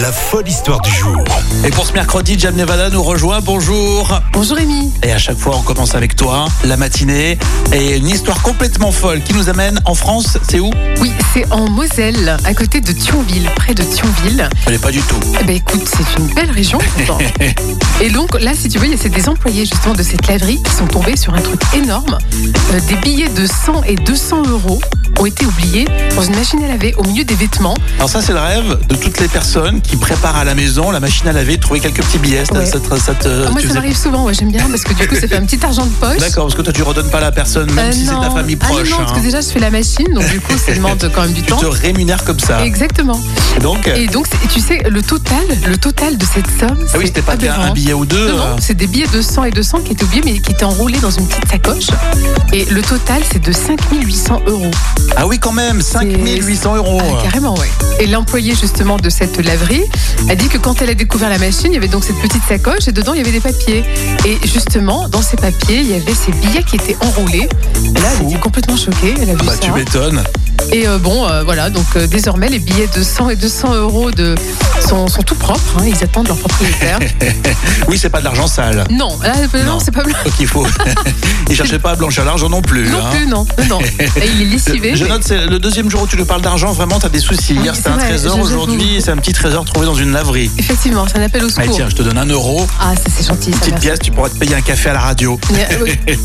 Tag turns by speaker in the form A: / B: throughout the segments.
A: La folle histoire du jour.
B: Et pour ce mercredi, Jam Nevada nous rejoint. Bonjour.
C: Bonjour Rémi.
B: Et à chaque fois, on commence avec toi, la matinée. Et une histoire complètement folle qui nous amène en France. C'est où
C: Oui, c'est en Moselle, à côté de Thionville, près de Thionville.
B: Je connais pas du tout.
C: Eh ben écoute, c'est une belle région pourtant. Et donc là, si tu veux, il y a c'est des employés justement de cette laverie qui sont tombés sur un truc énorme. Euh, des billets de 100 et 200 euros ont été oubliés dans une machine à laver au milieu des vêtements.
B: Alors ça, c'est le rêve de toutes les personnes qui préparent à la maison la machine à laver, trouver quelques petits billets. Ça-
C: Ouais.
B: ça te- ça te-
C: Ah, moi,
B: Euh, tu
C: ça
B: faisais-
C: m'arrive souvent, ouais, j'aime bien parce que du coup, ça fait un petit argent de poche.
B: D'accord, parce que toi, tu redonnes pas à la personne, même
C: Euh,
B: si c'est de la
C: non.
B: famille
C: Ah, non,
B: proche.
C: non,
B: hein.
C: parce que déjà, je fais la machine, donc du coup, ça demande quand même du
B: Tu
C: temps.
B: te Ah. rémunères comme ça.
C: Exactement.
B: Donc,
C: Et donc, c'est- et tu sais, le total, le total de cette somme,
B: ah oui,
C: c'est
B: c'était pas bien
C: aberrant.
B: un billet ou deux.
C: Non, non,
B: euh,
C: c'est des billets de 100 et 200 qui étaient oubliés, mais qui étaient enroulés dans une petite sacoche. Et le total, c'est de 5800 euros.
B: Ah oui, quand même, 5800 euros.
C: Ah, carrément, ouais. Et l'employé, justement, de cette laverie a dit que quand elle a découvert la machine, il y avait donc cette petite sacoche et dedans, il y avait des papiers. Et justement, dans ces papiers, il y avait ces billets qui étaient enroulés. Et Là, elle était complètement choquée. Elle a vu
B: Bah,
C: ça.
B: tu m'étonnes.
C: Et euh, bon, euh, voilà, donc euh, désormais, les billets de 100 et 200 euros de... sont, sont tout propres. hein. Ils attendent leur propriétaire.
B: Oui, c'est pas de l'argent sale.
C: non, là, euh,
B: Non.
C: non. c'est pas
B: Donc, il faut. Et cherchez pas à blanchir l'argent non plus.
C: Non
B: hein.
C: plus, non, non, non. Et il est lessivé.
B: Je
C: mais-
B: note, c'est le deuxième jour où tu nous parles d'argent, vraiment, t'as des soucis.
C: Ah
B: Hier,
C: oui,
B: c'était
C: c'est
B: un
C: vrai,
B: trésor,
C: je-
B: aujourd'hui,
C: j'avoue.
B: c'est un petit trésor trouvé dans une laverie.
C: Effectivement, c'est un appel au secours.
B: Allez, Ah, tiens, je te donne un euro,
C: ah, ça c'est gentil, ça
B: petite
C: merci.
B: pièce, tu pourras te payer un café à la radio.
C: Mais, euh, oui.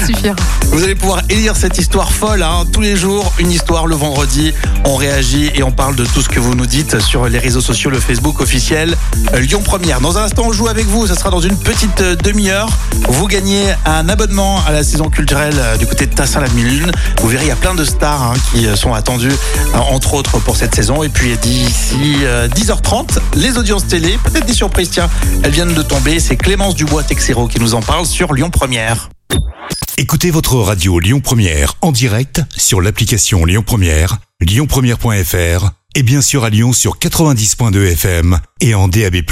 C: ça suffira.
B: Vous allez pouvoir élire cette histoire folle, hein. tous les jours, une histoire le vendredi. On réagit et on parle de tout ce que vous nous dites sur les réseaux sociaux, le Facebook officiel euh, Lyon Première. Dans un instant, on joue avec vous, ça sera dans une petite euh, demi-heure. Vous gagnez un abonnement à la saison culturelle euh, du côté de Tassin la Mille. Vous verrez, il y a plein de stars hein, qui euh, sont attendues, euh, entre autres pour cette saison. Et puis d'ici euh, 10h30, les audiences télé, peut-être des surprises, tiens, elles viennent de tomber. C'est Clémence Dubois-Texero qui nous en parle sur Lyon Première.
A: Écoutez votre radio Lyon Première en direct sur l'application Lyon Première, lyonpremière.fr et bien sûr à Lyon sur 90.2 FM et en DAB+.